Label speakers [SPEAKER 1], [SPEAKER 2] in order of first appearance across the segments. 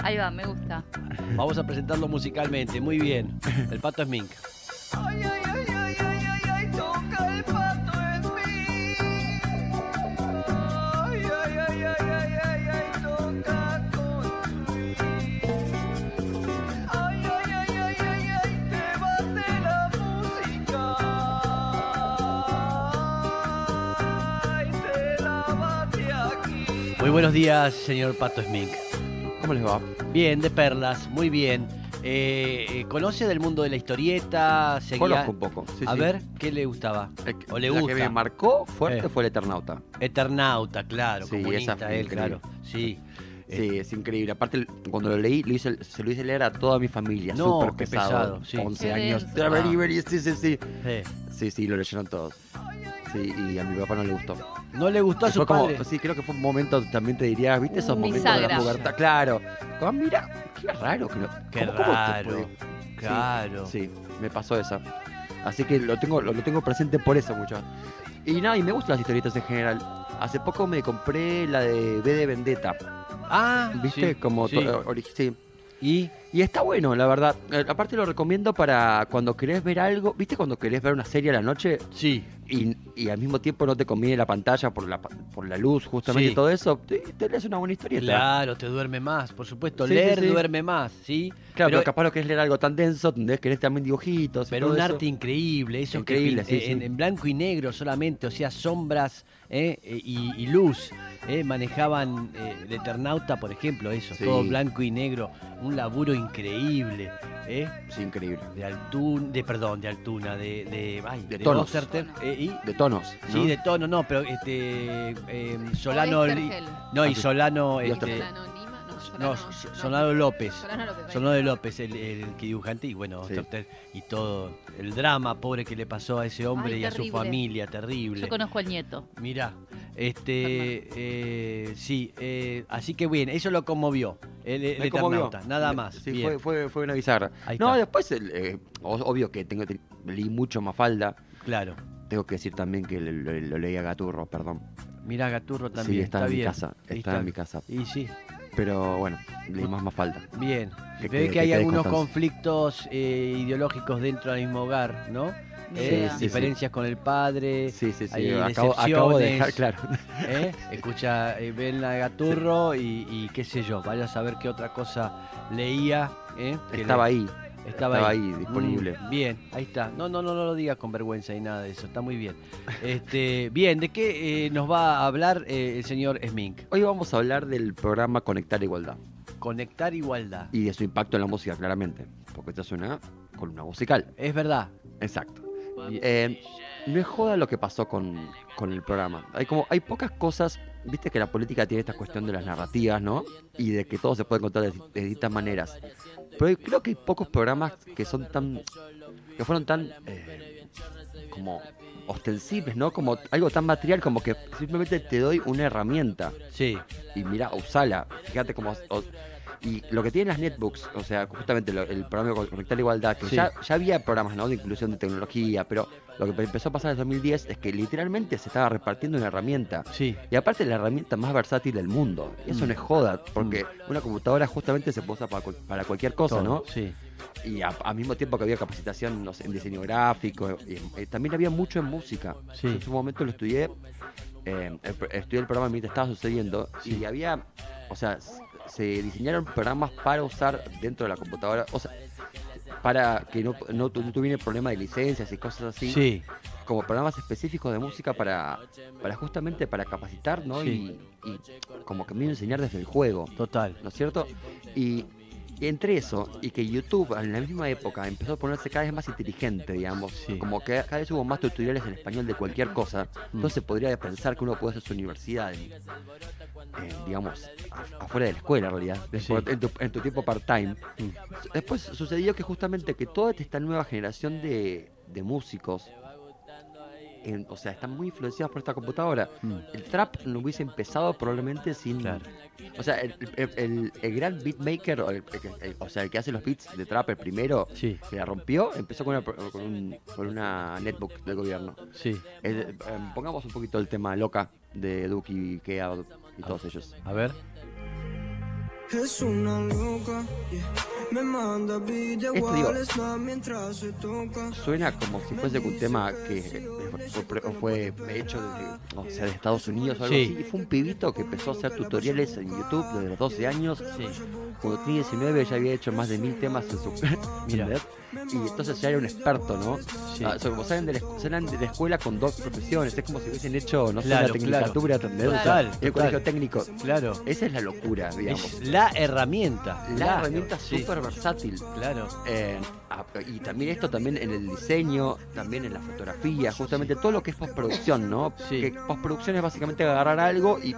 [SPEAKER 1] Ahí va, me gusta.
[SPEAKER 2] Vamos a presentarlo musicalmente. Muy bien. El pato es Mink.
[SPEAKER 3] Ay, ay, ay, ay, ay, ay, ay, toca el pato en mí. Ay, ay, ay, ay, ay, ay, ay, toca construir. Ay, ay, ay, ay, ay, ay, te vas de la música. Ay, te la vas de aquí.
[SPEAKER 2] Muy buenos días, señor Pato Smink.
[SPEAKER 4] ¿Cómo les va?
[SPEAKER 2] Bien, de perlas, muy bien. Eh, eh, ¿Conoce del mundo de la historieta? Seguía-
[SPEAKER 4] Conozco un poco. sí,
[SPEAKER 2] a
[SPEAKER 4] sí.
[SPEAKER 2] ver, ¿qué le gustaba?
[SPEAKER 4] El que-
[SPEAKER 2] o le
[SPEAKER 4] la
[SPEAKER 2] gusta.
[SPEAKER 4] que me marcó fuerte
[SPEAKER 2] Eh.
[SPEAKER 4] fue el Eternauta.
[SPEAKER 2] Eternauta, claro,
[SPEAKER 4] Sí,
[SPEAKER 2] comunista
[SPEAKER 4] esa fue
[SPEAKER 2] él,
[SPEAKER 4] increíble.
[SPEAKER 2] claro. Sí. Eh.
[SPEAKER 4] Sí, es increíble. Aparte, l- cuando lo leí, lo hice- se lo hice leer a toda mi familia.
[SPEAKER 2] No,
[SPEAKER 4] Súper
[SPEAKER 2] qué
[SPEAKER 4] pesado.
[SPEAKER 2] pesado, sí.
[SPEAKER 4] 11
[SPEAKER 1] Qué
[SPEAKER 4] años.
[SPEAKER 1] denso.
[SPEAKER 4] Tra-
[SPEAKER 2] Ah.
[SPEAKER 4] vení, vení, Sí, sí, sí.
[SPEAKER 2] eh.
[SPEAKER 4] Sí, sí, lo leyeron todos. Sí, y a mi papá no le gustó.
[SPEAKER 2] No le gustó a su
[SPEAKER 4] Fue como- pues,
[SPEAKER 2] padre.
[SPEAKER 4] sí, creo que fue un momento, también te diría, ¿viste esos
[SPEAKER 1] Un
[SPEAKER 4] momentos de la
[SPEAKER 1] bisagra.
[SPEAKER 4] pubertad? Claro. Como, mira, qué raro que no-
[SPEAKER 2] Qué
[SPEAKER 4] ¿cómo- cómo te
[SPEAKER 2] raro,
[SPEAKER 4] puede-"
[SPEAKER 2] claro.
[SPEAKER 4] Sí, sí, me pasó esa. Así que lo tengo, lo, lo tengo presente por eso, muchachos. Y nada, y me gustan las historietas en general. Hace poco me compré la de B de Vendetta.
[SPEAKER 2] Ah,
[SPEAKER 4] ¿Viste?
[SPEAKER 2] sí,
[SPEAKER 4] Como
[SPEAKER 2] sí.
[SPEAKER 4] to- ori- sí.
[SPEAKER 2] Y
[SPEAKER 4] Y está bueno, la verdad. Eh, Aparte lo recomiendo para cuando querés ver algo. ¿Viste cuando querés ver una serie a la noche
[SPEAKER 2] sí,
[SPEAKER 4] y, y al mismo tiempo no te conviene la pantalla por la, pa- por la luz, justamente
[SPEAKER 2] Sí.
[SPEAKER 4] y todo eso? Te, te lees una buena historieta.
[SPEAKER 2] claro, te duerme más, por supuesto.
[SPEAKER 4] Sí, sí,
[SPEAKER 2] Leer
[SPEAKER 4] sí.
[SPEAKER 2] duerme más, ¿sí.
[SPEAKER 4] Claro, pero,
[SPEAKER 2] pero-
[SPEAKER 4] capaz lo que es leer algo tan denso, donde querés también dibujitos. y
[SPEAKER 2] Pero
[SPEAKER 4] todo
[SPEAKER 2] un
[SPEAKER 4] eso.
[SPEAKER 2] arte increíble, eso que
[SPEAKER 4] Increíble,
[SPEAKER 2] pin-
[SPEAKER 4] sí,
[SPEAKER 2] eh, en,
[SPEAKER 4] sí.
[SPEAKER 2] en blanco y negro solamente, o sea, sombras eh, eh, y, y luz. eh, manejaban eh, el Eternauta, por ejemplo, eso,
[SPEAKER 4] Sí.
[SPEAKER 2] todo blanco y negro, un laburo increíble, eh,
[SPEAKER 4] Sí, increíble.
[SPEAKER 2] de Altuna, de perdón, de Altuna, de de, ay,
[SPEAKER 4] De tonos.
[SPEAKER 2] Osterter, eh, y-
[SPEAKER 4] De tonos. ¿no?
[SPEAKER 2] sí, de tono, no, pero este eh, Solano,
[SPEAKER 1] Oesterheld.
[SPEAKER 2] no y
[SPEAKER 4] Ah, sí.
[SPEAKER 2] Solano,
[SPEAKER 4] Y
[SPEAKER 2] este,
[SPEAKER 1] Solano Nima, no, Solano,
[SPEAKER 2] no,
[SPEAKER 1] no,
[SPEAKER 2] Solano López.
[SPEAKER 1] Solano López. ahí.
[SPEAKER 2] Sonó de López, el, el que dibujante, y bueno,
[SPEAKER 4] Sí.
[SPEAKER 2] Doctor, y todo el drama pobre que le pasó a ese hombre
[SPEAKER 1] Ay,
[SPEAKER 2] y a su
[SPEAKER 1] terrible.
[SPEAKER 2] familia, terrible.
[SPEAKER 1] Yo conozco al nieto.
[SPEAKER 2] Mirá, este, eh, sí, eh, así que bien, eso lo conmovió, el, el
[SPEAKER 4] Me conmovió.
[SPEAKER 2] Eternauta, nada
[SPEAKER 4] Me-
[SPEAKER 2] más.
[SPEAKER 4] Sí,
[SPEAKER 2] bien.
[SPEAKER 4] Fue, fue, fue una bizarra.
[SPEAKER 2] Ahí
[SPEAKER 4] No,
[SPEAKER 2] está.
[SPEAKER 4] después, el, eh, o- obvio que tengo, te- leí mucho Mafalda.
[SPEAKER 2] Claro,
[SPEAKER 4] Tengo que decir también que lo, lo- lo leí a Gaturro, perdón.
[SPEAKER 2] mirá Gaturro también,
[SPEAKER 4] sí, está, en mi
[SPEAKER 2] bien.
[SPEAKER 4] casa. Está, en mi casa.
[SPEAKER 2] Y sí,
[SPEAKER 4] Pero bueno, leí más Mafalda.
[SPEAKER 2] bien. Ve
[SPEAKER 4] Que quede-
[SPEAKER 2] que
[SPEAKER 4] que
[SPEAKER 2] hay
[SPEAKER 4] quede
[SPEAKER 2] algunos
[SPEAKER 4] constancia.
[SPEAKER 2] conflictos eh, ideológicos dentro del mismo hogar, ¿no?
[SPEAKER 1] Ni
[SPEAKER 2] Eh,
[SPEAKER 1] idea.
[SPEAKER 4] sí, sí.
[SPEAKER 2] diferencias con el padre,
[SPEAKER 4] Sí, sí, sí.
[SPEAKER 2] Hay
[SPEAKER 4] acabo, acabo de dejar,
[SPEAKER 2] decepciones.
[SPEAKER 4] claro.
[SPEAKER 2] ¿eh? Escucha, eh, ven la Gaturro y, y qué sé yo, vaya a saber qué otra cosa leía. ¿eh? Que le-
[SPEAKER 4] Estaba ahí.
[SPEAKER 2] estaba,
[SPEAKER 4] estaba
[SPEAKER 2] ahí.
[SPEAKER 4] ahí disponible.
[SPEAKER 2] Mm, bien, ahí está. No, no, no, no lo digas con vergüenza y nada de eso, está muy bien. Este, bien, ¿de qué eh, nos va a hablar eh, el señor Smink?
[SPEAKER 4] Hoy vamos a hablar del programa Conectar Igualdad
[SPEAKER 2] Conectar igualdad.
[SPEAKER 4] y de su impacto en la música, claramente. Porque esta es una columna musical.
[SPEAKER 2] Es verdad.
[SPEAKER 4] Exacto.
[SPEAKER 2] Y-
[SPEAKER 4] Eh, me joda lo que pasó con, con el programa. Hay como hay pocas cosas, viste que la política tiene esta cuestión de las narrativas, ¿no? Y de que todo se puede contar de, de distintas maneras. Pero hay- creo que hay pocos programas que son tan que fueron tan eh, como ostensibles, ¿no? Como algo tan material como que simplemente te doy una herramienta
[SPEAKER 2] Sí,
[SPEAKER 4] y mira, usala. Fíjate cómo. o- y lo que tienen las netbooks, o sea, justamente lo- el programa con- Conectar la Igualdad, que
[SPEAKER 2] Sí.
[SPEAKER 4] ya, ya había programas ¿no? de inclusión de tecnología, pero lo que empezó a pasar en el 2010 es que literalmente se estaba repartiendo una herramienta.
[SPEAKER 2] sí,
[SPEAKER 4] Y aparte la herramienta más versátil del mundo. Y eso
[SPEAKER 2] Mm.
[SPEAKER 4] no es joda, porque una computadora justamente se posa para, cu- para cualquier cosa,
[SPEAKER 2] todo,
[SPEAKER 4] ¿no?
[SPEAKER 2] Sí,
[SPEAKER 4] Y a- al mismo tiempo que había capacitación no sé, en diseño gráfico, y- y también había mucho en música.
[SPEAKER 2] Sí.
[SPEAKER 4] Yo en su momento lo estudié, eh, el pro- estudié el programa mientras estaba sucediendo,
[SPEAKER 2] Sí.
[SPEAKER 4] y había, o sea, s- se diseñaron programas para usar dentro de la computadora, o sea, para que no, no, tu- no tuviera problema de licencias y cosas así,
[SPEAKER 2] sí,
[SPEAKER 4] como programas específicos de música para, para justamente para capacitar, ¿no?
[SPEAKER 2] Sí.
[SPEAKER 4] Y, y como que me iba a enseñar desde el juego.
[SPEAKER 2] total.
[SPEAKER 4] ¿no es cierto? Y, y entre eso y que YouTube en la misma época empezó a ponerse cada vez más inteligente, digamos,
[SPEAKER 2] Sí.
[SPEAKER 4] como que cada vez hubo más tutoriales en español de cualquier cosa,
[SPEAKER 2] Mm.
[SPEAKER 4] entonces podría pensar que uno puede hacer su universidad, en- en, digamos, af- afuera de la escuela en realidad, después-
[SPEAKER 2] Sí.
[SPEAKER 4] en, tu, en tu tiempo part-time.
[SPEAKER 2] Mm.
[SPEAKER 4] Después sucedió que justamente que toda esta nueva generación de, de músicos, en- o sea, están muy influenciados por esta computadora.
[SPEAKER 2] Mm,
[SPEAKER 4] El trap no hubiese empezado probablemente sin,
[SPEAKER 2] claro.
[SPEAKER 4] o sea, el, el- el- el gran beatmaker, o, el, el- el- o sea, el que hace los beats de trap, el primero,
[SPEAKER 2] Sí,
[SPEAKER 4] que la rompió, empezó con una, pro- con un- con una netbook del gobierno.
[SPEAKER 2] sí.
[SPEAKER 4] El- em, pongamos un poquito
[SPEAKER 2] Ah.
[SPEAKER 4] el tema loca de Duki, Kea y todos ellos.
[SPEAKER 2] A ver.
[SPEAKER 5] Es una loca, yeah. me manda video
[SPEAKER 4] Esto digo,
[SPEAKER 5] mientras se toca.
[SPEAKER 4] Suena como si fuese un tema que eh, fue, fue hecho desde, o sea, de Estados Unidos o algo
[SPEAKER 2] Sí.
[SPEAKER 4] así. Fue un pibito que empezó a hacer tutoriales en YouTube desde los 12 años.
[SPEAKER 2] Sí.
[SPEAKER 4] Cuando tenía 19 ya había hecho más de mil temas en su
[SPEAKER 2] Mira.
[SPEAKER 4] ¿entendés? Y entonces ya era un experto, ¿no?
[SPEAKER 2] Sí.
[SPEAKER 4] Ah, o sea, como salen de, la, esc- salen de la escuela con dos profesiones. Es como si hubiesen hecho, no sé,
[SPEAKER 2] Claro,
[SPEAKER 4] la tecnicatura, ¿entendés? O sea,
[SPEAKER 2] Total,
[SPEAKER 4] el
[SPEAKER 2] total.
[SPEAKER 4] colegio técnico.
[SPEAKER 2] Claro.
[SPEAKER 4] Esa es la locura, digamos.
[SPEAKER 2] Es la herramienta.
[SPEAKER 4] la
[SPEAKER 2] claro,
[SPEAKER 4] herramienta
[SPEAKER 2] sí,
[SPEAKER 4] súper versátil.
[SPEAKER 2] Claro.
[SPEAKER 4] Eh, ah, y también esto también en el diseño, también en la fotografía, justamente todo lo que es postproducción, ¿no?
[SPEAKER 2] Sí.
[SPEAKER 4] Que postproducción es básicamente agarrar algo y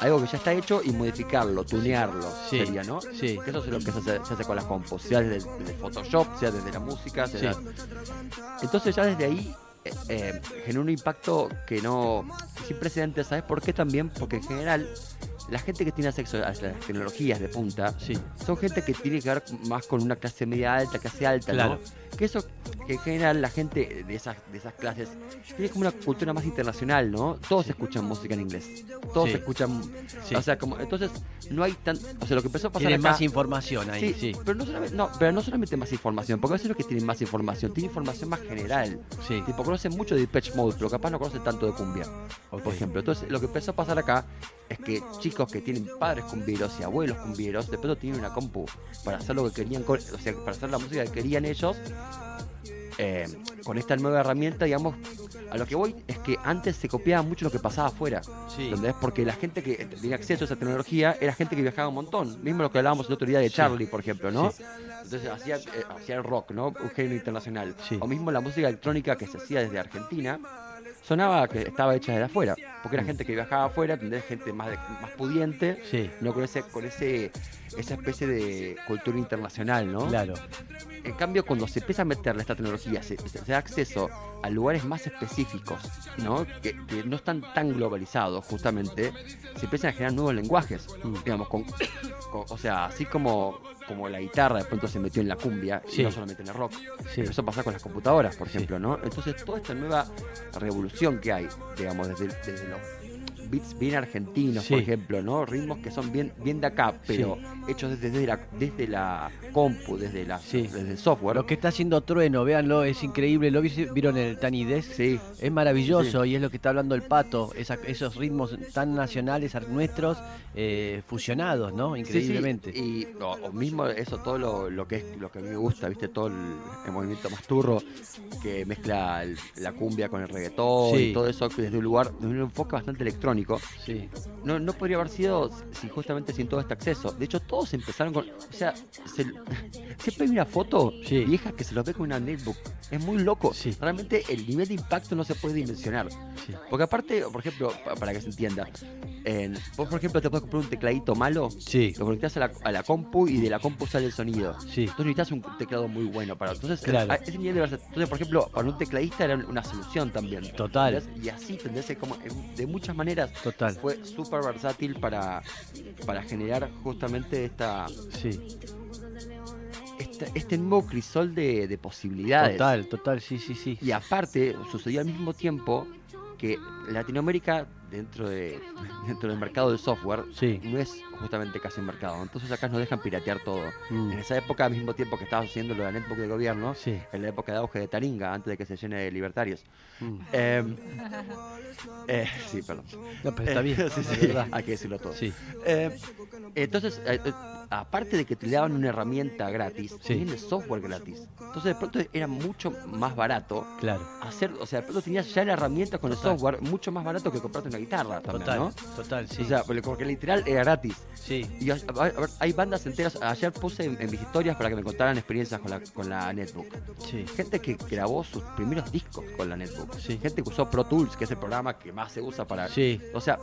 [SPEAKER 4] algo que ya está hecho y modificarlo, tunearlo,
[SPEAKER 2] Sí.
[SPEAKER 4] sería, ¿no?
[SPEAKER 2] Sí.
[SPEAKER 4] Que eso es lo que se hace, se hace con las compos, sea desde, desde Photoshop, sea desde la música, sea-
[SPEAKER 2] Sí.
[SPEAKER 4] Entonces ya desde ahí eh, eh, genera un impacto que no sin precedentes, ¿sabes por qué también? Porque en general la gente que tiene acceso a las tecnologías de punta
[SPEAKER 2] Sí.
[SPEAKER 4] son gente que tiene que ver más con una clase media alta, clase alta,
[SPEAKER 2] Claro.
[SPEAKER 4] ¿no? Que eso, que en general la gente de esas, de esas clases tiene como una cultura más internacional, ¿no? Todos escuchan música en inglés. Todos
[SPEAKER 2] Sí.
[SPEAKER 4] escuchan.
[SPEAKER 2] sí.
[SPEAKER 4] O sea, como. Entonces, no hay tan. O sea, lo que empezó a pasar.
[SPEAKER 2] Tiene
[SPEAKER 4] acá-
[SPEAKER 2] más información ahí.
[SPEAKER 4] Sí,
[SPEAKER 2] Sí.
[SPEAKER 4] Pero, no solamente, no, pero no solamente más información, porque a veces no es que tienen más información, tiene información más general.
[SPEAKER 2] Sí.
[SPEAKER 4] Tipo, conocen mucho de Depeche Mode, pero capaz no conocen tanto de cumbia
[SPEAKER 2] ok.
[SPEAKER 4] por ejemplo. Entonces, lo que empezó a pasar acá es que chicos que tienen padres cumbieros y abuelos cumbieros, de pronto tienen una compu para hacer lo que querían, con- o sea, para hacer la música que querían ellos. eh, con esta nueva herramienta, digamos, a lo que voy es que antes se copiaba mucho lo que pasaba afuera,
[SPEAKER 2] Sí.
[SPEAKER 4] ¿entendés? Porque la gente que tenía acceso a esa tecnología era gente que viajaba un montón, mismo lo que hablábamos el otro día de
[SPEAKER 2] Sí.
[SPEAKER 4] Charlie, por ejemplo, ¿no?
[SPEAKER 2] Sí.
[SPEAKER 4] Entonces hacía, eh, hacía el rock, ¿no? Un género internacional.
[SPEAKER 2] Sí.
[SPEAKER 4] O mismo la música electrónica que se hacía desde Argentina sonaba que estaba hecha desde afuera. Porque
[SPEAKER 2] Mm.
[SPEAKER 4] era gente que viajaba afuera, tendría gente más, de- más pudiente,
[SPEAKER 2] Sí.
[SPEAKER 4] no con, ese, con ese, esa especie de cultura internacional, ¿no?
[SPEAKER 2] Claro.
[SPEAKER 4] En cambio, cuando se empieza a meter esta tecnología, se, se- se da acceso a lugares más específicos, ¿no? Que, que no están tan globalizados, justamente, se empiezan a generar nuevos lenguajes. Digamos, con, con- o sea, así como, como la guitarra de pronto se metió en la cumbia,
[SPEAKER 2] Sí.
[SPEAKER 4] y no solamente en el rock.
[SPEAKER 2] Sí.
[SPEAKER 4] Empezó a pasar con las computadoras, por
[SPEAKER 2] Sí.
[SPEAKER 4] ejemplo, ¿no? Entonces, toda esta nueva revolución que hay, digamos, desde, desde los beats bien argentinos, por
[SPEAKER 2] Sí.
[SPEAKER 4] ejemplo, ¿no? Ritmos que son bien, bien de acá, pero hechos desde, desde la, desde la compu, desde, la,
[SPEAKER 2] Sí.
[SPEAKER 4] desde el software.
[SPEAKER 2] Lo que está haciendo Trueno, véanlo, es increíble. ¿Lo vi- vieron en el Tiny Desk?
[SPEAKER 4] Sí,
[SPEAKER 2] Es maravilloso y es lo que está hablando el pato, esa- esos ritmos tan nacionales ar- nuestros eh, fusionados, ¿no?
[SPEAKER 4] sí, sí,
[SPEAKER 2] Increíblemente.
[SPEAKER 4] Y o, o mismo eso, todo lo, lo que es lo que a mí me gusta, ¿viste? Todo el, el movimiento masturro que mezcla el- la cumbia con el reggaetón
[SPEAKER 2] Sí.
[SPEAKER 4] y todo eso desde un lugar, desde un enfoque bastante electrónico.
[SPEAKER 2] Sí,
[SPEAKER 4] no, no podría haber sido si justamente sin todo este acceso. De hecho, todos empezaron con. O sea, se- siempre hay una foto
[SPEAKER 2] Sí.
[SPEAKER 4] vieja que se los ve con una netbook. Es muy loco.
[SPEAKER 2] Sí.
[SPEAKER 4] Realmente el nivel de impacto no se puede dimensionar.
[SPEAKER 2] sí.
[SPEAKER 4] Porque, aparte, por ejemplo, pa- para que se entienda, en- vos, por ejemplo, te puedes comprar un tecladito malo,
[SPEAKER 2] Sí,
[SPEAKER 4] lo conectás a la, a la compu y de la compu sale el sonido.
[SPEAKER 2] sí,
[SPEAKER 4] Entonces necesitas un teclado muy bueno para. Entonces,
[SPEAKER 2] Claro.
[SPEAKER 4] a- ese nivel de versa- Entonces, por ejemplo, para un tecladista era una solución también.
[SPEAKER 2] total,
[SPEAKER 4] Y así, ¿entendés? Es como, en- de muchas maneras
[SPEAKER 2] total.
[SPEAKER 4] fue súper versátil para, para generar justamente esta,
[SPEAKER 2] Sí,
[SPEAKER 4] esta- este nuevo crisol de, de posibilidades.
[SPEAKER 2] total, total, sí, sí, sí.
[SPEAKER 4] Y aparte, sucedió al mismo tiempo que Latinoamérica, dentro, de, dentro del mercado del software,
[SPEAKER 2] Sí,
[SPEAKER 4] no es justamente casi un mercado. Entonces acá nos dejan piratear todo.
[SPEAKER 2] mm,
[SPEAKER 4] En esa época, al mismo tiempo que estaba sucediendo lo de la netbook de gobierno,
[SPEAKER 2] sí.
[SPEAKER 4] en la época de auge de Taringa, antes de que se llene de libertarios.
[SPEAKER 2] mm.
[SPEAKER 4] Em, eh, sí, perdón.
[SPEAKER 2] No, pero está
[SPEAKER 4] Eh,
[SPEAKER 2] bien,
[SPEAKER 4] sí,
[SPEAKER 2] es
[SPEAKER 4] sí,
[SPEAKER 2] verdad.
[SPEAKER 4] hay que decirlo todo.
[SPEAKER 2] Sí,
[SPEAKER 4] Eh, entonces, eh, eh, aparte de que te daban una herramienta gratis,
[SPEAKER 2] Sí.
[SPEAKER 4] tenían el software gratis. Entonces, de pronto era mucho más barato
[SPEAKER 2] claro,
[SPEAKER 4] hacer, o sea, de pronto tenías ya la herramienta con el
[SPEAKER 2] Total.
[SPEAKER 4] software mucho más barato que comprarte una guitarra también,
[SPEAKER 2] total,
[SPEAKER 4] ¿no?
[SPEAKER 2] total, sí.
[SPEAKER 4] O sea, porque porque literal era gratis.
[SPEAKER 2] Sí,
[SPEAKER 4] Y a- a- a ver, hay bandas enteras. Ayer puse en, en mis historias para que me contaran experiencias con la, con la Netbook.
[SPEAKER 2] sí,
[SPEAKER 4] Gente que grabó sus primeros discos con la Netbook.
[SPEAKER 2] Sí.
[SPEAKER 4] Gente que usó Pro Tools, que es el programa que más se usa para,
[SPEAKER 2] sí,
[SPEAKER 4] o sea,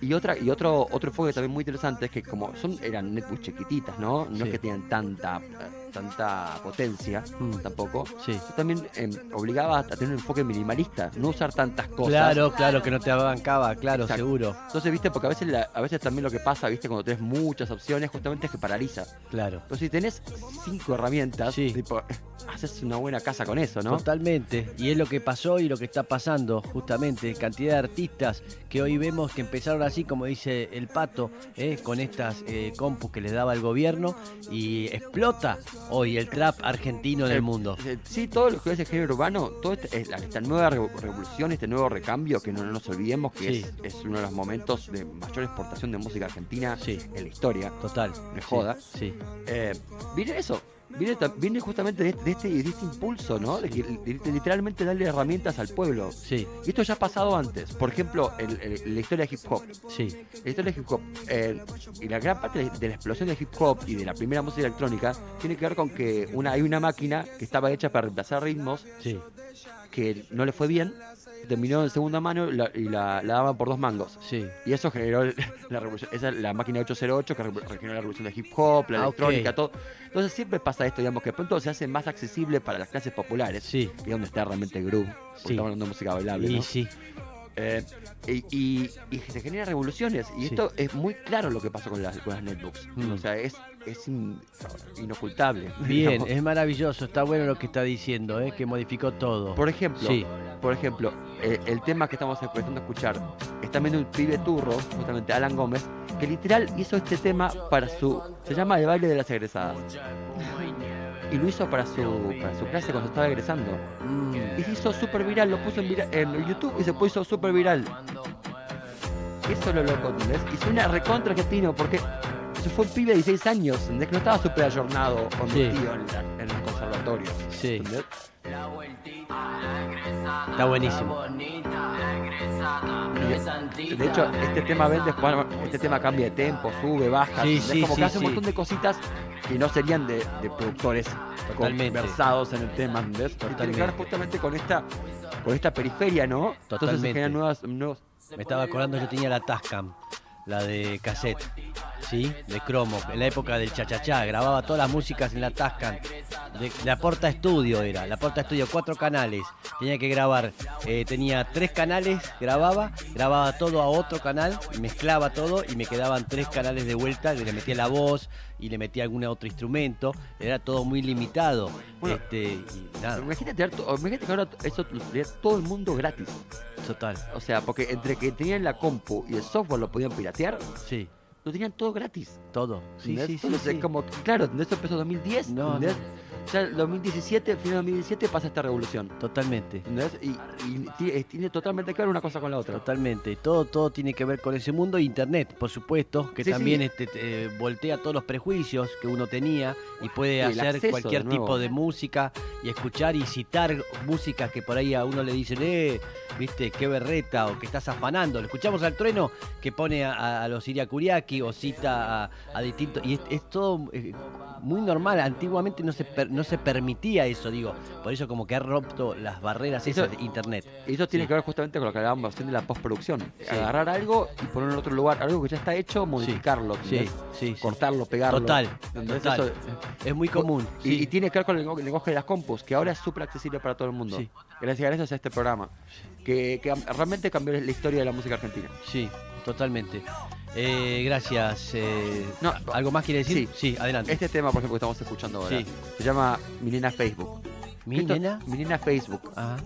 [SPEAKER 4] y otra y otro otro enfoque también muy interesante es que como son eran netbooks chiquititas, ¿no? No
[SPEAKER 2] Sí.
[SPEAKER 4] es que tenían tanta eh, tanta potencia
[SPEAKER 2] Mm.
[SPEAKER 4] tampoco.
[SPEAKER 2] Sí.
[SPEAKER 4] Eso también eh, obligaba a tener un enfoque minimalista, no usar tantas cosas.
[SPEAKER 2] Claro, claro, que no te abancaba, claro,
[SPEAKER 4] Exacto.
[SPEAKER 2] seguro.
[SPEAKER 4] Entonces, viste, porque a veces, la- a veces también lo que pasa, viste, cuando tenés muchas opciones, justamente es que paraliza.
[SPEAKER 2] Claro.
[SPEAKER 4] Pero si tenés cinco herramientas,
[SPEAKER 2] Sí.
[SPEAKER 4] tipo, haces una buena casa con eso, ¿no?
[SPEAKER 2] Totalmente. Y es lo que pasó y lo que está pasando, justamente. Cantidad de artistas que hoy vemos que empezaron así, como dice el pato, ¿eh? con estas eh, compus que les daba el gobierno y explota hoy el trap argentino en
[SPEAKER 4] Eh,
[SPEAKER 2] el mundo.
[SPEAKER 4] Eh, Sí, todo lo que es el género urbano, toda esta, eh, la- esta nueva revo- revolución, este nuevo recambio, que no, no nos olvidemos que
[SPEAKER 2] Sí.
[SPEAKER 4] es, es uno de los momentos de mayor exportación de música argentina
[SPEAKER 2] Sí.
[SPEAKER 4] en la historia.
[SPEAKER 2] Total.
[SPEAKER 4] Me
[SPEAKER 2] Sí,
[SPEAKER 4] joda.
[SPEAKER 2] Sí.
[SPEAKER 4] Eh, viene eso, viene, ta- viene justamente de este, de este- de este impulso, ¿no? De, que, li- de literalmente darle herramientas al pueblo.
[SPEAKER 2] Sí,
[SPEAKER 4] Y esto ya ha pasado antes. Por ejemplo, el- el- la historia de hip hop.
[SPEAKER 2] sí,
[SPEAKER 4] La historia del hip hop eh, y la gran parte de de la explosión del hip hop y de la primera música electrónica tiene que ver con que una, hay una máquina que estaba hecha para reemplazar ritmos
[SPEAKER 2] sí.
[SPEAKER 4] que no le fue bien, terminó en segunda mano y la, y la- la daban por dos mangos.
[SPEAKER 2] sí.
[SPEAKER 4] Y eso generó el- la revolución, esa es la máquina 808 que re- generó la revolución del hip hop, la
[SPEAKER 2] Ah,
[SPEAKER 4] electrónica,
[SPEAKER 2] ok.
[SPEAKER 4] todo. Entonces siempre pasa esto, digamos, que de pronto se hace más accesible para las clases populares.
[SPEAKER 2] Sí,
[SPEAKER 4] Y donde está realmente el groove, porque
[SPEAKER 2] Sí.
[SPEAKER 4] estamos hablando de música bailable.
[SPEAKER 2] y
[SPEAKER 4] ¿no?
[SPEAKER 2] sí,
[SPEAKER 4] Eh, y, y- y se generan revoluciones. Y
[SPEAKER 2] Sí.
[SPEAKER 4] esto es muy claro lo que pasó con las, con las netbooks.
[SPEAKER 2] Mm.
[SPEAKER 4] O sea, es, es in- inocultable.
[SPEAKER 2] bien,
[SPEAKER 4] digamos.
[SPEAKER 2] es maravilloso, está bueno lo que está diciendo, ¿eh? que modificó todo.
[SPEAKER 4] Por ejemplo,
[SPEAKER 2] Sí,
[SPEAKER 4] por ejemplo eh, el tema que estamos empezando a escuchar. Está viendo un pibe turro, justamente Alan Gómez, que literal hizo este tema para su. Se llama El baile de las egresadas. Y lo hizo para su, para su clase cuando estaba egresando.
[SPEAKER 2] Mm,
[SPEAKER 4] Y se hizo súper viral, lo puso en, vira- en YouTube y se puso súper viral. Eso es lo loco, ¿entendés? Y suena recontra argentino porque eso fue un pibe de 16 años, ¿entendés? Que no estaba súper ayornado o
[SPEAKER 2] Sí.
[SPEAKER 4] metido en, la- en los conservatorios.
[SPEAKER 2] sí,
[SPEAKER 4] ¿entendés?
[SPEAKER 2] está buenísimo.
[SPEAKER 4] De hecho, este tema vende, Juan, este tema cambia de tempo, sube, baja,
[SPEAKER 2] Sí,
[SPEAKER 4] ¿entendés?
[SPEAKER 2] sí,
[SPEAKER 4] como
[SPEAKER 2] sí,
[SPEAKER 4] que hace
[SPEAKER 2] sí.
[SPEAKER 4] un montón de cositas que no serían de, de productores
[SPEAKER 2] Totalmente.
[SPEAKER 4] versados en el tema, ¿entendés? Y tiene que ver
[SPEAKER 2] Totalmente.
[SPEAKER 4] justamente con esta, con esta periferia, ¿no? Entonces se
[SPEAKER 2] Totalmente.
[SPEAKER 4] generan nuevas, nuevos
[SPEAKER 2] Me estaba acordando, yo tenía la Tascam, la de cassette, ¿sí? De cromo, en la época del chachachá, grababa todas las músicas en la Tascam. De- la Porta Estudio era, la Porta Estudio, cuatro canales, tenía que grabar, eh, tenía tres canales, grababa, grababa todo a otro canal, mezclaba todo y me quedaban tres canales de vuelta, y le metía la voz y le metía algún otro instrumento, era todo muy limitado.
[SPEAKER 4] Bueno,
[SPEAKER 2] este, y nada,
[SPEAKER 4] Imagínate, tener to- imagínate que ahora eso lo tenía todo el mundo gratis.
[SPEAKER 2] total,
[SPEAKER 4] O sea, porque entre que tenían la compu y el software lo podían piratear,
[SPEAKER 2] sí,
[SPEAKER 4] lo tenían todo gratis.
[SPEAKER 2] todo. Sí,
[SPEAKER 4] ¿entendés?
[SPEAKER 2] sí, sí,
[SPEAKER 4] Entonces es
[SPEAKER 2] sí.
[SPEAKER 4] como, claro, ¿entendés? eso empezó en 2010,
[SPEAKER 2] No,
[SPEAKER 4] ¿entendés? Ya en 2017, final de 2017 pasa esta revolución.
[SPEAKER 2] Totalmente.
[SPEAKER 4] ¿entendés? Y, y ti- eh, tiene totalmente que ver una cosa con la otra.
[SPEAKER 2] Totalmente, y todo, todo tiene que ver con ese mundo. Internet, por supuesto, que
[SPEAKER 4] Sí,
[SPEAKER 2] también
[SPEAKER 4] sí.
[SPEAKER 2] Este, te- eh, voltea todos los prejuicios que uno tenía y puede
[SPEAKER 4] Y el
[SPEAKER 2] hacer
[SPEAKER 4] acceso,
[SPEAKER 2] cualquier
[SPEAKER 4] de nuevo.
[SPEAKER 2] tipo de música y escuchar y citar músicas que por ahí a uno le dicen, eh, viste, qué berreta o que estás afanando. Lo escuchamos al trueno que pone a- a, a los Iriakuriaki o cita a, a distintos. Y es, es todo eh, muy normal. Antiguamente no se, per- no se permitía eso, digo. Por eso, como que ha roto las barreras
[SPEAKER 4] Eso-
[SPEAKER 2] esas de Internet.
[SPEAKER 4] Y eso tiene
[SPEAKER 2] Sí.
[SPEAKER 4] que ver justamente con lo que hablábamos recién de la postproducción. Agarrar algo y ponerlo en otro lugar, algo que ya está hecho, modificarlo,
[SPEAKER 2] Sí,
[SPEAKER 4] ¿entendés?
[SPEAKER 2] sí, sí.
[SPEAKER 4] cortarlo, pegarlo.
[SPEAKER 2] Total,
[SPEAKER 4] ¿entendés?
[SPEAKER 2] total.
[SPEAKER 4] Eso-
[SPEAKER 2] Es muy común.
[SPEAKER 4] Y,
[SPEAKER 2] sí.
[SPEAKER 4] y tiene que ver con el lengu- el lenguaje de las compus, que ahora es súper accesible para todo el mundo.
[SPEAKER 2] Sí.
[SPEAKER 4] Gracias, gracias a este programa. Que, que am- realmente cambió la historia de la música argentina.
[SPEAKER 2] Sí, totalmente. Eh, gracias. eh,
[SPEAKER 4] No,
[SPEAKER 2] ¿Algo más quiere decir? Sí, adelante.
[SPEAKER 4] Este tema, por ejemplo, que estamos escuchando ahora,
[SPEAKER 2] Sí.
[SPEAKER 4] se llama Mi Nena Facebook.
[SPEAKER 2] ¿Mi
[SPEAKER 4] Esto-
[SPEAKER 2] nena?
[SPEAKER 4] Mi Nena Facebook.
[SPEAKER 2] Ah,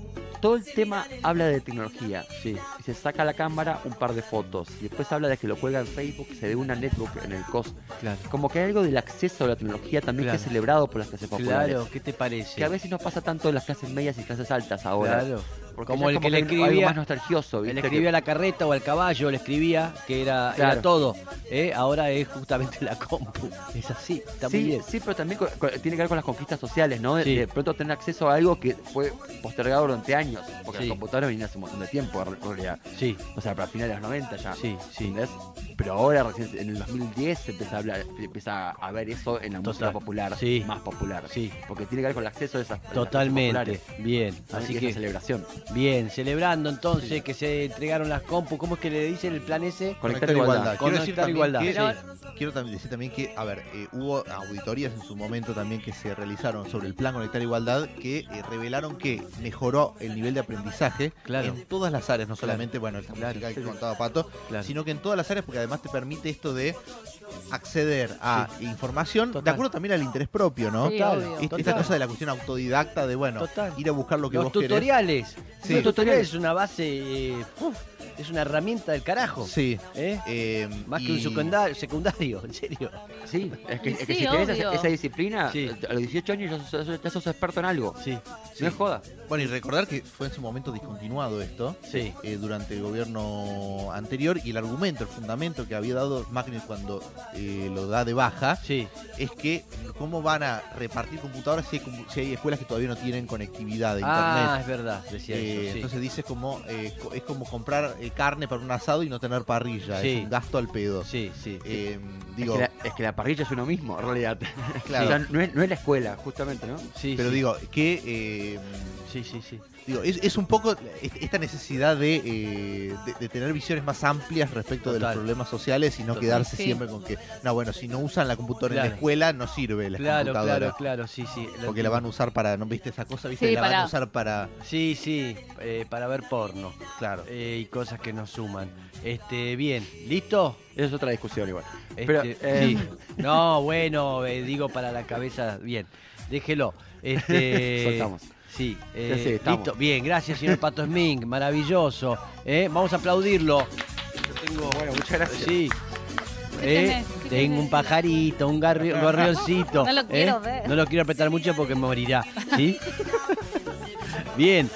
[SPEAKER 4] Todo el tema habla de tecnología.
[SPEAKER 2] sí.
[SPEAKER 4] Y se saca a la cámara un par de fotos. Y después habla de que lo cuelga en Facebook, se ve una netbook en el cos.
[SPEAKER 2] Claro.
[SPEAKER 4] Como que hay algo del acceso a la tecnología también que
[SPEAKER 2] Claro.
[SPEAKER 4] es celebrado por las clases populares.
[SPEAKER 2] Claro, ¿qué te parece?
[SPEAKER 4] Que a veces nos pasa tanto en las clases medias y clases altas ahora.
[SPEAKER 2] Claro.
[SPEAKER 4] Porque
[SPEAKER 2] Como
[SPEAKER 4] ya
[SPEAKER 2] el
[SPEAKER 4] es
[SPEAKER 2] que le
[SPEAKER 4] hay algo
[SPEAKER 2] escribía-
[SPEAKER 4] más nostalgioso,
[SPEAKER 2] Le
[SPEAKER 4] ¿viste?
[SPEAKER 2] escribía a la carreta o al caballo, le escribía que era, era
[SPEAKER 4] Claro.
[SPEAKER 2] todo. ¿eh? Ahora es justamente la compu. Es así, está muy
[SPEAKER 4] sí,
[SPEAKER 2] bien.
[SPEAKER 4] sí, pero también co- co- tiene que ver con las conquistas sociales, ¿no? De,
[SPEAKER 2] Sí.
[SPEAKER 4] de pronto tener acceso a algo que fue postergado durante años, porque
[SPEAKER 2] Sí.
[SPEAKER 4] las computadoras venían hace un montón de tiempo, en realidad.
[SPEAKER 2] Sí,
[SPEAKER 4] O sea, para finales de Ah. los 90 ya.
[SPEAKER 2] sí, sí.
[SPEAKER 4] ¿entendés? Pero ahora, recién en el 2010, se empieza a, hablar, se empieza a ver eso en la música
[SPEAKER 2] Total.
[SPEAKER 4] popular,
[SPEAKER 2] Sí.
[SPEAKER 4] más popular.
[SPEAKER 2] Sí.
[SPEAKER 4] Porque tiene que ver con el acceso de esas. de las clases
[SPEAKER 2] Totalmente.
[SPEAKER 4] populares.
[SPEAKER 2] Bien.
[SPEAKER 4] Así
[SPEAKER 2] Así
[SPEAKER 4] que
[SPEAKER 2] que
[SPEAKER 4] celebración.
[SPEAKER 2] Bien, celebrando entonces que se entregaron las compu. ¿Cómo es que le dicen el plan ese?
[SPEAKER 4] Conectar igualdad.
[SPEAKER 2] Conectar
[SPEAKER 6] Quiero decir también
[SPEAKER 2] igualdad,
[SPEAKER 6] que-
[SPEAKER 1] sí.
[SPEAKER 6] quiero también decir también que, a ver, eh, hubo auditorías en su momento también que se realizaron sobre el plan Conectar Igualdad que eh, revelaron que mejoró el nivel de aprendizaje
[SPEAKER 2] Claro.
[SPEAKER 6] en todas las áreas, no solamente, bueno, esta
[SPEAKER 4] Claro,
[SPEAKER 6] música
[SPEAKER 4] sí,
[SPEAKER 6] que
[SPEAKER 4] sí.
[SPEAKER 6] contaba Pato,
[SPEAKER 2] Claro.
[SPEAKER 6] sino que en todas las áreas porque además te permite esto de acceder a información de
[SPEAKER 2] Total.
[SPEAKER 6] acuerdo también al interés propio, ¿no?
[SPEAKER 1] Sí,
[SPEAKER 2] Total,
[SPEAKER 1] obvio.
[SPEAKER 6] Este-
[SPEAKER 2] total,
[SPEAKER 6] Esta cosa de la cuestión autodidacta de, bueno,
[SPEAKER 2] total.
[SPEAKER 6] ir a buscar lo que
[SPEAKER 2] Los
[SPEAKER 6] vos querés.
[SPEAKER 2] tutoriales.
[SPEAKER 6] Sí.
[SPEAKER 2] Los tutoriales es una base, eh, uf, es una herramienta del carajo.
[SPEAKER 6] Sí.
[SPEAKER 2] ¿eh?
[SPEAKER 6] eh,
[SPEAKER 2] Más que
[SPEAKER 6] y-
[SPEAKER 2] un secundario, secundario, en serio.
[SPEAKER 4] Sí, es que,
[SPEAKER 1] Y
[SPEAKER 4] es que
[SPEAKER 1] sí,
[SPEAKER 4] si tenés esa,
[SPEAKER 1] obvio.
[SPEAKER 4] esa disciplina,
[SPEAKER 2] Sí.
[SPEAKER 4] a los 18 años ya sos, ya sos experto en algo.
[SPEAKER 2] Sí,
[SPEAKER 6] Sí.
[SPEAKER 4] No es joda.
[SPEAKER 6] Bueno, y recordar que fue en su momento discontinuado esto.
[SPEAKER 2] sí.
[SPEAKER 6] eh, durante el gobierno anterior y el argumento, el fundamento que había dado Magnet cuando eh, lo da de baja
[SPEAKER 2] Sí,
[SPEAKER 6] es que cómo van a repartir computadoras si hay, compu- si hay escuelas que todavía no tienen conectividad de
[SPEAKER 2] ah,
[SPEAKER 6] internet.
[SPEAKER 2] es verdad, decía
[SPEAKER 6] Eh,
[SPEAKER 2] eso, sí.
[SPEAKER 6] Entonces dices como eh, co- es como comprar eh, carne para un asado y no tener parrilla,
[SPEAKER 2] Sí.
[SPEAKER 6] es un gasto al pedo.
[SPEAKER 2] sí, sí.
[SPEAKER 6] Eh, digo,
[SPEAKER 4] es, que la, es que la parrilla es uno mismo, en realidad.
[SPEAKER 6] claro,
[SPEAKER 4] O sea, no, es, no es la escuela, justamente, ¿no?
[SPEAKER 2] sí,
[SPEAKER 6] pero
[SPEAKER 2] sí.
[SPEAKER 6] digo que eh,
[SPEAKER 2] Sí, sí, sí.
[SPEAKER 6] digo es, es un poco es- esta necesidad de, eh, de, de tener visiones más amplias respecto de los
[SPEAKER 2] Total.
[SPEAKER 6] problemas sociales y no
[SPEAKER 2] Total.
[SPEAKER 6] quedarse
[SPEAKER 1] Sí.
[SPEAKER 6] siempre con que no bueno si no usan la computadora en la
[SPEAKER 2] Claro.
[SPEAKER 6] escuela no sirve la
[SPEAKER 2] Claro,
[SPEAKER 6] computadora
[SPEAKER 2] claro, claro, sí, sí.
[SPEAKER 6] porque la van a usar para no viste esa cosa viste
[SPEAKER 1] Sí,
[SPEAKER 6] la van a
[SPEAKER 1] para-
[SPEAKER 6] usar para
[SPEAKER 2] Sí, sí, eh, para ver porno
[SPEAKER 6] claro
[SPEAKER 2] eh, y cosas que nos suman. Este, bien, ¿listo?
[SPEAKER 4] Esa es otra discusión igual.
[SPEAKER 2] Este,
[SPEAKER 4] Pero, eh,
[SPEAKER 2] sí. No, bueno, eh, digo para la cabeza, bien, déjelo. Este,
[SPEAKER 4] Soltamos.
[SPEAKER 2] Sí, eh,
[SPEAKER 4] Ya sé, estamos.
[SPEAKER 2] listo. Bien, gracias, señor Pato Smink, maravilloso. Eh, vamos a aplaudirlo.
[SPEAKER 4] Bueno, muchas gracias.
[SPEAKER 2] Sí.
[SPEAKER 1] ¿Qué
[SPEAKER 2] Eh,
[SPEAKER 1] tenés? ¿Qué
[SPEAKER 2] tengo
[SPEAKER 1] tenés?
[SPEAKER 2] un pajarito, un, garri- un gorrioncito.
[SPEAKER 1] No lo
[SPEAKER 2] eh.
[SPEAKER 1] quiero ver.
[SPEAKER 2] No lo quiero apretar mucho porque morirá. ¿sí? Bien,